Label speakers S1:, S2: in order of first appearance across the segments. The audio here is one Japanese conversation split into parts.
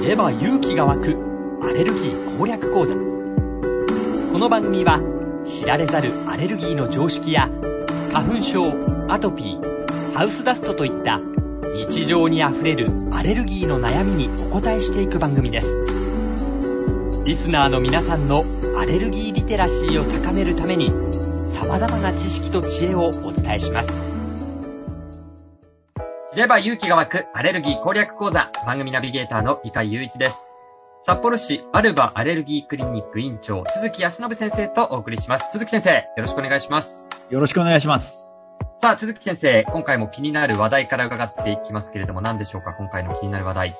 S1: 知れば勇気が湧くアレルギー攻略講座この番組は知られざるアレルギーの常識や花粉症アトピーハウスダストといった日常にあふれるアレルギーの悩みにお答えしていく番組ですリスナーの皆さんのアレルギーリテラシーを高めるために様々な知識と知恵をお伝えします知れば勇気が湧くアレルギー攻略講座番組ナビゲーターの伊海雄一です。札幌市アルバアレルギークリニック院長、鈴木康信先生とお送りします。鈴木先生、よろしくお願いします。
S2: よろしくお願いします。
S1: さあ、鈴木先生、今回も気になる話題から伺っていきますけれども、何でしょうか今回の気になる話題。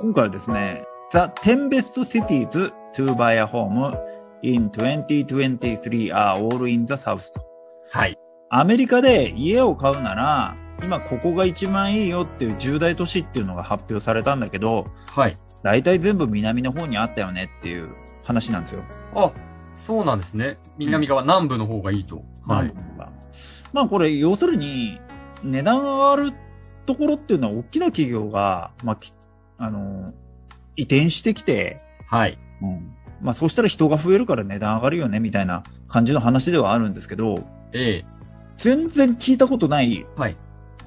S2: 今回はですね、The 10 Best Cities to Buy a Home in 2023 are all in the South と。
S1: はい。
S2: アメリカで家を買うなら、今ここが一番いいよっていう10大都市っていうのが発表されたんだけど、
S1: はい。
S2: 大体全部南の方にあったよねっていう話なんですよ。
S1: あ、そうなんですね。南側、南部の方がいいと。はい。
S2: まあこれ、要するに、値段が上がるところっていうのは大きな企業が、まあ、きあの、移転してきて、
S1: はい。
S2: うん。まあ、そうしたら人が増えるから値段上がるよね、みたいな感じの話ではあるんですけど、
S1: ええ。
S2: 全然聞いたことない
S1: はい。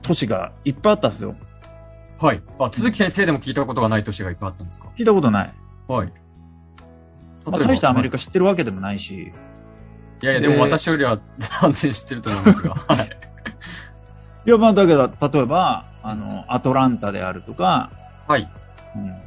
S2: 都市がいっぱいあったんですよ。
S1: はい。あ、鈴木先生でも聞いたことがない都市がいっぱいあったんですか
S2: 聞いたことない。
S1: はい。
S2: まあ、大したアメリ
S1: カ。
S2: カ知ってるわけでもないし、
S1: いやいや、でも
S2: で
S1: 私よりは断然知ってると思います が。はい。
S2: いや、まあ、だけど、例えば、あの、アトランタであるとか、
S1: はい。
S2: うん。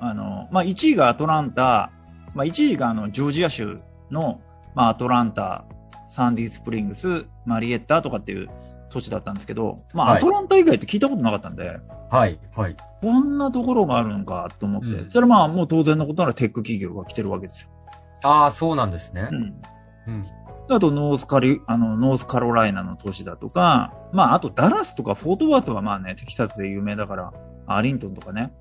S2: あの、まあ、1位がアトランタ、まあ、1位があの、ジョージア州の、まあ、アトランタ、サンディスプリングス、マリエッタとかっていう都市だったんですけど、まあ、
S1: はい
S2: アトランタ以外って聞いたことなかったんで、
S1: はい。はい。
S2: こんなところがあるのかと思って、
S1: うん
S2: それはまあもう当然のことならテック企業が来てるわけですよ。
S1: ああ、そうなんですね
S2: う。ん。
S1: うん。。
S2: あとノースカリ、あの、ノースカロライナの都市だとか、まああとダラスとかフォートワースはまあね、テキサスで有名だから、アーリントンとかね、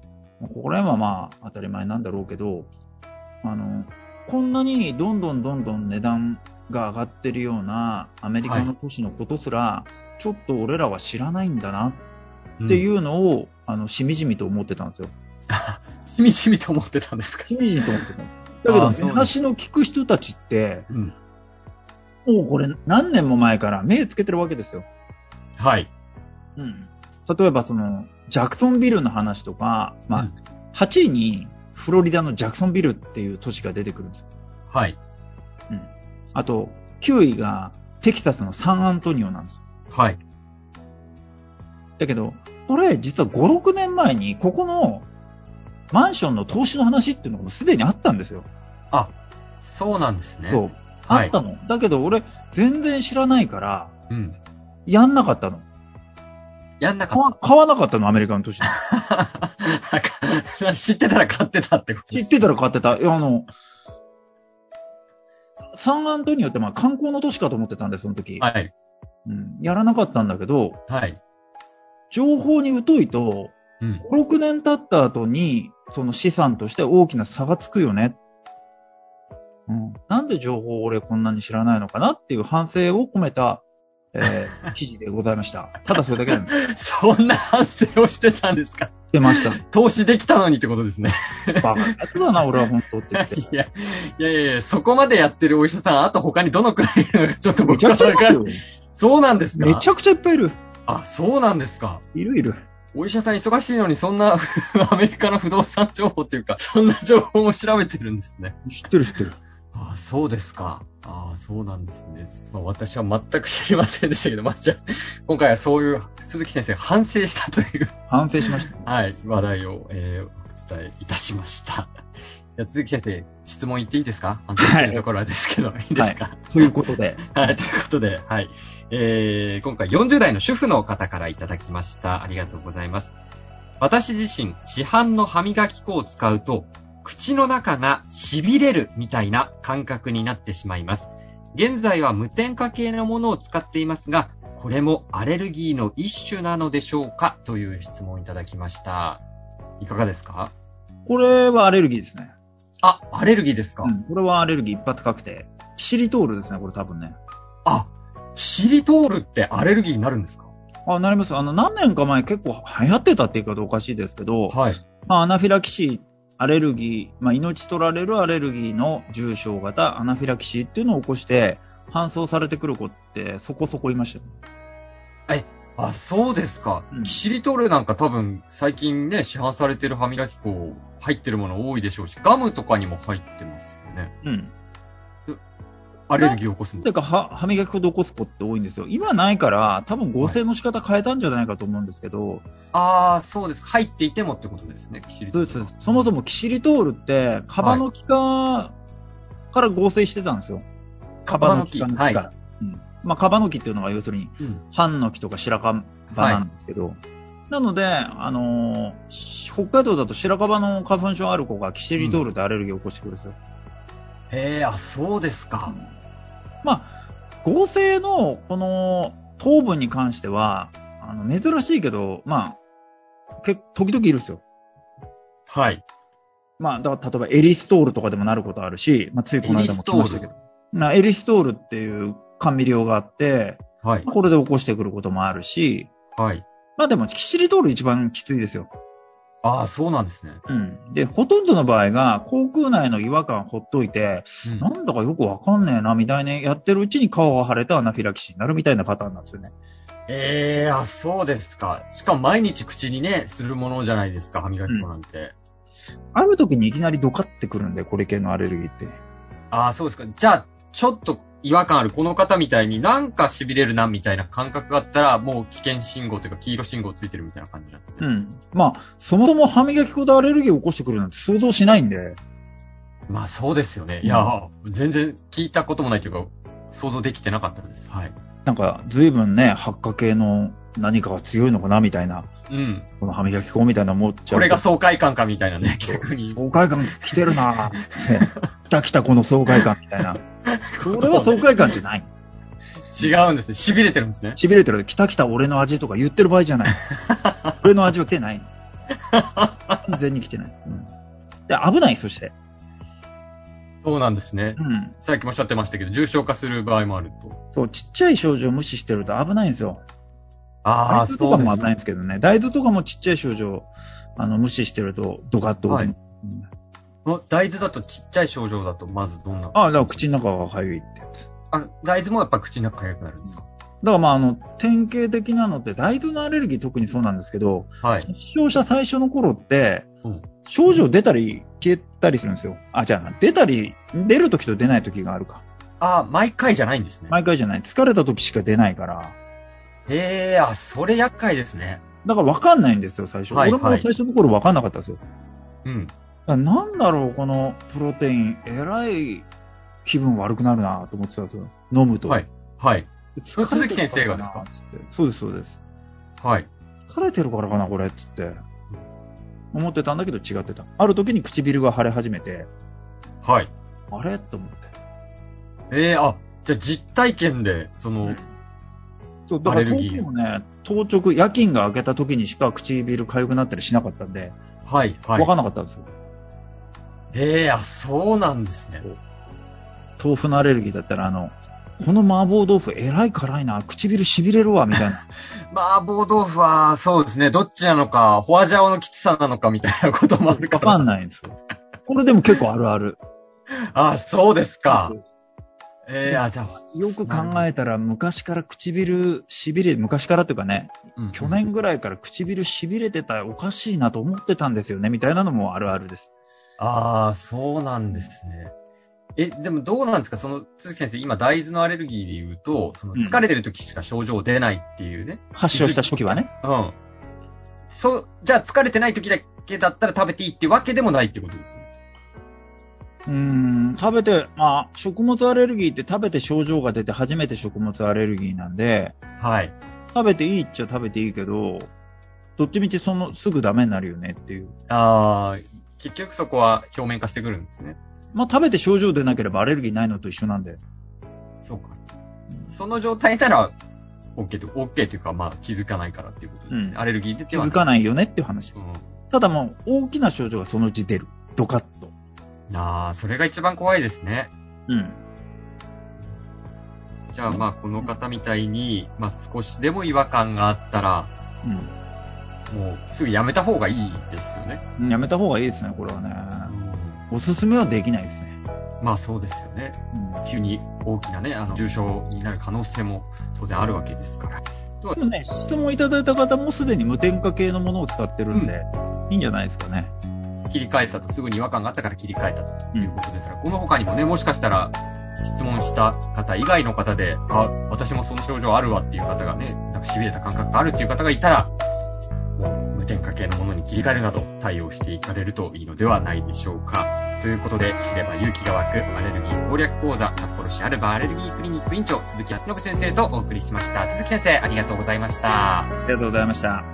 S2: まあここら辺はまあ当たり前なんだろうけど、あの、こんなにどんどんどんどん値段が上がってるようなアメリカの都市のことすら、ちょっと俺らは知らないんだなっていううのを、あの、しみじみと思ってたんですよ。
S1: しみしみと思ってたんですか
S2: イメージと思ってた。だ
S1: あー
S2: け
S1: そう
S2: ど、
S1: なんだ
S2: 話の聞く人たちって、
S1: うん。
S2: もうこれ何年も前から目つけてるわけですよ。
S1: はい。
S2: うん。例えばその、ジャクソンビルの話とか、まあ、
S1: うん
S2: 8位にフロリダのジャクソンビルっていう都市が出てくるんですよ。
S1: はい。
S2: うん。あと、9位がテキサスのサンアントニオなんですよ。
S1: はい。
S2: だけど、これ実は5、6年前に、ここのマンションの投資の話っていうのがもうすでにあったんですよ。
S1: そうなんですね。
S2: そう。
S1: は
S2: あ
S1: い
S2: っ。たの。だけど俺、全然知らないから、
S1: うん。
S2: やんなかったの。
S1: やんなか
S2: 買わ
S1: っ
S2: 買わなかったの、アメリカの都市。
S1: た。知ってたら買ってたってこと
S2: 知
S1: で
S2: っ
S1: す。
S2: てたら買ってた。いやあの、サンアントニオってまあ観光の都市かと思ってたんで、その時。
S1: はい。
S2: うん、やらなかったんだけど、
S1: はい。
S2: 情報に疎いと、
S1: うん。
S2: 5、6年経った後に、その資産として大きな差がつくよね。うん、なんで情報を俺こんなに知らないのかなっていう反省を込めた、え ー記事でございました。ただそれだけなんです。
S1: そんな反省をしてたんですか
S2: 出ました。
S1: 投資できたのにってことですね。
S2: バカなやつだな、俺は本当って 言って。
S1: いや、いやいやいや、そこまでやってるお医者さん、あと他にどのくらいいるのか、ちょっと
S2: め
S1: 僕
S2: ちゃ
S1: は
S2: くちゃい
S1: 分
S2: る
S1: かる。
S2: よ。
S1: そうなんですか
S2: めちゃくちゃいっぱいいる。
S1: あ、そうなんですか。
S2: いるいる。
S1: お医者さん忙しいのに、そんな、 アメリカの不動産情報っていうか、そんな情報も調べてるんですね。
S2: 知ってる知ってる。
S1: あ、そうですか。あ、そうなんですね。まあ、私は全く知りませんでしたけど、まあ、じゃあ、今回はそういう、鈴木先生、反省したという。
S2: 反省しま した。
S1: はい、話題を、えーお伝えいたしました。じゃあ鈴木先生、質問言っていいですか反省してるところはですけど、い、いですか、
S2: ということで、
S1: はい、 ということで、はい。えー、今回40代の主婦の方からいただきました。ありがとうございます。私自身、市販の歯磨き粉を使うと、口の中が痺れるみたいな感覚になってしまいます。現在は無添加系のものを使っていますが、これもアレルギーの一種なのでしょうかという質問をいただきました。いかがですか
S2: これはアレルギーですね。
S1: あ、アレルギーですか、
S2: うん、これはアレルギー一発確定。キシリトールですね、これ多分ね。
S1: あ、シリトールってアレルギーになるんですか
S2: あ、なります。あの、何年か前結構流行ってたって言い方おかしいですけど、
S1: はい。
S2: まあ、アナフィラキシーアレルギー、まあ、命取られるアレルギーの重症型アナフィラキシーっていうのを起こして、搬送されてくる子ってそこそこいましたよ。
S1: あ、そうですか
S2: う。ん
S1: キシリトールなんか多分、最近ね、市販されてる歯磨き粉、入ってるもの多いでしょうし、ガムとかにも入ってますよね。
S2: うん。
S1: アレルギーを起こすん
S2: て
S1: で
S2: か、は歯磨き粉で起こす子って多いんですよ。今ないから、多分合成の仕方変えたんじゃないかと思うんですけど、
S1: ああ、そうですか。入っていてもってことですね、キシリト
S2: そ
S1: ー
S2: う
S1: ル。
S2: ですそもそもキシリトールって、カバの木か、から合成してたんですよ。カバの木か
S1: カ
S2: の
S1: バ
S2: 木
S1: の木
S2: から。
S1: は
S2: うんまあ、カバの木っていうのは要するに、
S1: うん。
S2: ハンノキとか白樺なんですけど、なので、あのーし北海道だと白樺の花粉症ある子がキシリトールでアレルギーを起こしてくるんですよ。
S1: へえ、あ、そうですか。
S2: まあ、合成のこの糖分に関しては、あの珍しいけど、まあ、け時々いるんですよ。
S1: はい。
S2: まあ、だから例えばエリストールとかでもなることあるし、まあ、つい
S1: エ
S2: この
S1: リ
S2: 間
S1: ス
S2: も
S1: ト
S2: 来ました
S1: ー
S2: け
S1: ル
S2: ど。。まあエリストールっていう甘味料があって、
S1: はい。
S2: これで起こしてくることもあるし、
S1: はい。
S2: まあでも、キシリトール一番きついですよ。
S1: ああ、そうなんですね。
S2: うん。で、ほとんどの場合が、口腔内の違和感をほっといて、
S1: うん
S2: なんだかよくわかんねえな、みたいな、やってるうちに顔が腫れたアナフィラキシーになるみたいなパターンなんですよね。
S1: ええあ、そうですか。しかも毎日口にね、するものじゃないですか、歯磨き粉なんて。
S2: ある時にいきなりドカってくるんで、これ系のアレルギーって。
S1: ああ、そうですか。じゃあ、ちょっと違和感あるこの方みたいになんか痺れるな、みたいな感覚があったら、もう危険信号というか黄色信号ついてるみたいな感じなんです
S2: う
S1: ね。
S2: ん。まあ、そもそも歯磨き粉でアレルギーを起こしてくるなんて想像しないんで、
S1: まあ、そうですよね。いや、全然聞いたこともないというか、想像できてなかったです。はい。
S2: なんか、随分ね、発火系の何かが強いのかな、みたいな、
S1: うん。
S2: この歯磨き粉みたいな思っちゃうと。
S1: これが爽快感かみたいなね、逆に。
S2: 爽快感来て るなぁ。ね来た来たこの爽快感みたいな。これは爽快感じゃない。
S1: 違うんですね。痺れてるんですね。
S2: 痺れてる。来た来た俺の味とか言ってる場合じゃない。俺の味は来てない。完全に来てない。うん、で危ない、そして。
S1: そうなんですね
S2: う。ん。
S1: さっきもおっしゃってましたけど、重症化する場合もあると。
S2: そう、ちっちゃい症状を無視してると危ないんですよ。
S1: あ
S2: 大
S1: あ、
S2: 豆
S1: そ
S2: と
S1: う
S2: か
S1: で
S2: も
S1: す
S2: 危ないん
S1: ね。
S2: ですけどね。大豆とかもちっちゃい症状あの無視してるとドカッと、
S1: はい
S2: うん
S1: もう大豆だとちっちゃい症状だと、まずどんな
S2: ああ、だから口の中が痒いってやつ。
S1: あ、大豆もやっぱ口の中痒くなるんですか
S2: だからまあ、あの、典型的なのって、大豆のアレルギー特にそうなんですけど、
S1: はい。
S2: 発症した最初の頃って、
S1: うん
S2: 症状出たり消えたりするんですよ。あ、じゃあ、出たり、出るときと出ないときがあるか。
S1: あ、毎回じゃないんですね。
S2: 毎回じゃない。疲れたときしか出ないから。
S1: へえ、あ、それ厄介ですね。
S2: だから分かんないんですよ、最初。
S1: はい
S2: 俺も最初の頃分かんなかったんですよ。
S1: うん。
S2: だからなんだろう、このプロテイン、えらい気分悪くなるなと思ってたんですよ。飲むと。
S1: はい。はい。
S2: 疲れてるからかな
S1: 鈴木先生がですか
S2: ってそうです、そうです。
S1: はい。
S2: 疲れてるからかな、これ、つって。思ってたんだけど違ってた。ある時に唇が腫れ始めて、
S1: はい。
S2: あれと思って。
S1: ええ、あ、じゃあ実体験で、その、
S2: そうだから
S1: アレルギー
S2: 東京もね、当直、夜勤が明けた時にしか唇痒くなったりしなかったんで、
S1: はい、は
S2: 分
S1: い
S2: か。んなかったんですよ。
S1: へえ、あ、そうなんですね。
S2: 豆腐のアレルギーだったら、あの、この麻婆豆腐えらい辛いな、唇痺れるわ、み たいな。
S1: 麻婆豆腐は、そうですね。どっちなのか、フォアジャオのきつさなのかみたいなこともあるか。
S2: 分からんないんですよ。これでも結構あるある。
S1: あ、そうですか。ええ、あ、じゃあ、
S2: よく考えたら、昔から唇痺れ、昔からというかね、
S1: うん
S2: 去年ぐらいから唇痺れてた、おかしいなと思ってたんですよね、みたいなのもあるあるです。
S1: ああ、そうなんですね。え、でもどうなんですかその、鈴木先生、今大豆のアレルギーで言うと、その
S2: うん
S1: 疲れてる時しか症状出ないっていうね。
S2: 発症した初期はね。
S1: うん。そう、じゃあ疲れてない時だけだったら食べていいってわけでもないってことですね。
S2: うーん食べて、まあ、食物アレルギーって食べて症状が出て初めて食物アレルギーなんで、
S1: はい。
S2: 食べていいっちゃ食べていいけど、どっちみちその、すぐダメになるよねっていう。
S1: ああ、結局そこは表面化してくるんですね。
S2: まあ、食べて症状出なければアレルギーないのと一緒なんで。
S1: そうか。その状態なら、OK と、OK というか、まあ気づかないからっていうことですね。
S2: うん
S1: アレルギー出
S2: 気
S1: ては
S2: づ
S1: ない。
S2: かないよねっていう話です。ただもう、大きな症状がそのうち出る。ドカッと。
S1: うん。ああ、それが一番怖いですね。
S2: うん。
S1: じゃあまあこの方みたいに、まあ少しでも違和感があったら、
S2: うん。
S1: もうすぐやめた方がいいですよね。
S2: うんやめた方がいいですね、これはね。おすすめはできないですね。
S1: まあそうですよね。
S2: うん
S1: 急に大きなね、あの、重症になる可能性も当然あるわけですから。
S2: でもね、質問いただいた方もすでに無添加系のものを使ってるんで、いいんじゃないですかね。
S1: 切り替えたと、すぐに違和感があったから切り替えたということですが、この他にもね、もしかしたら、質問した方以外の方で、あ、私もその症状あるわっていう方がね、なんか痺れた感覚があるっていう方がいたら、もう無添加系のものに切り替えるなど対応していかれるといいのではないでしょうか。ということで、知れば勇気が湧くアレルギー攻略講座、札幌市アルバアレルギークリニック委員長、鈴木康信先生とお送りしました。鈴木先生、ありがとうございました。
S2: ありがとうございました。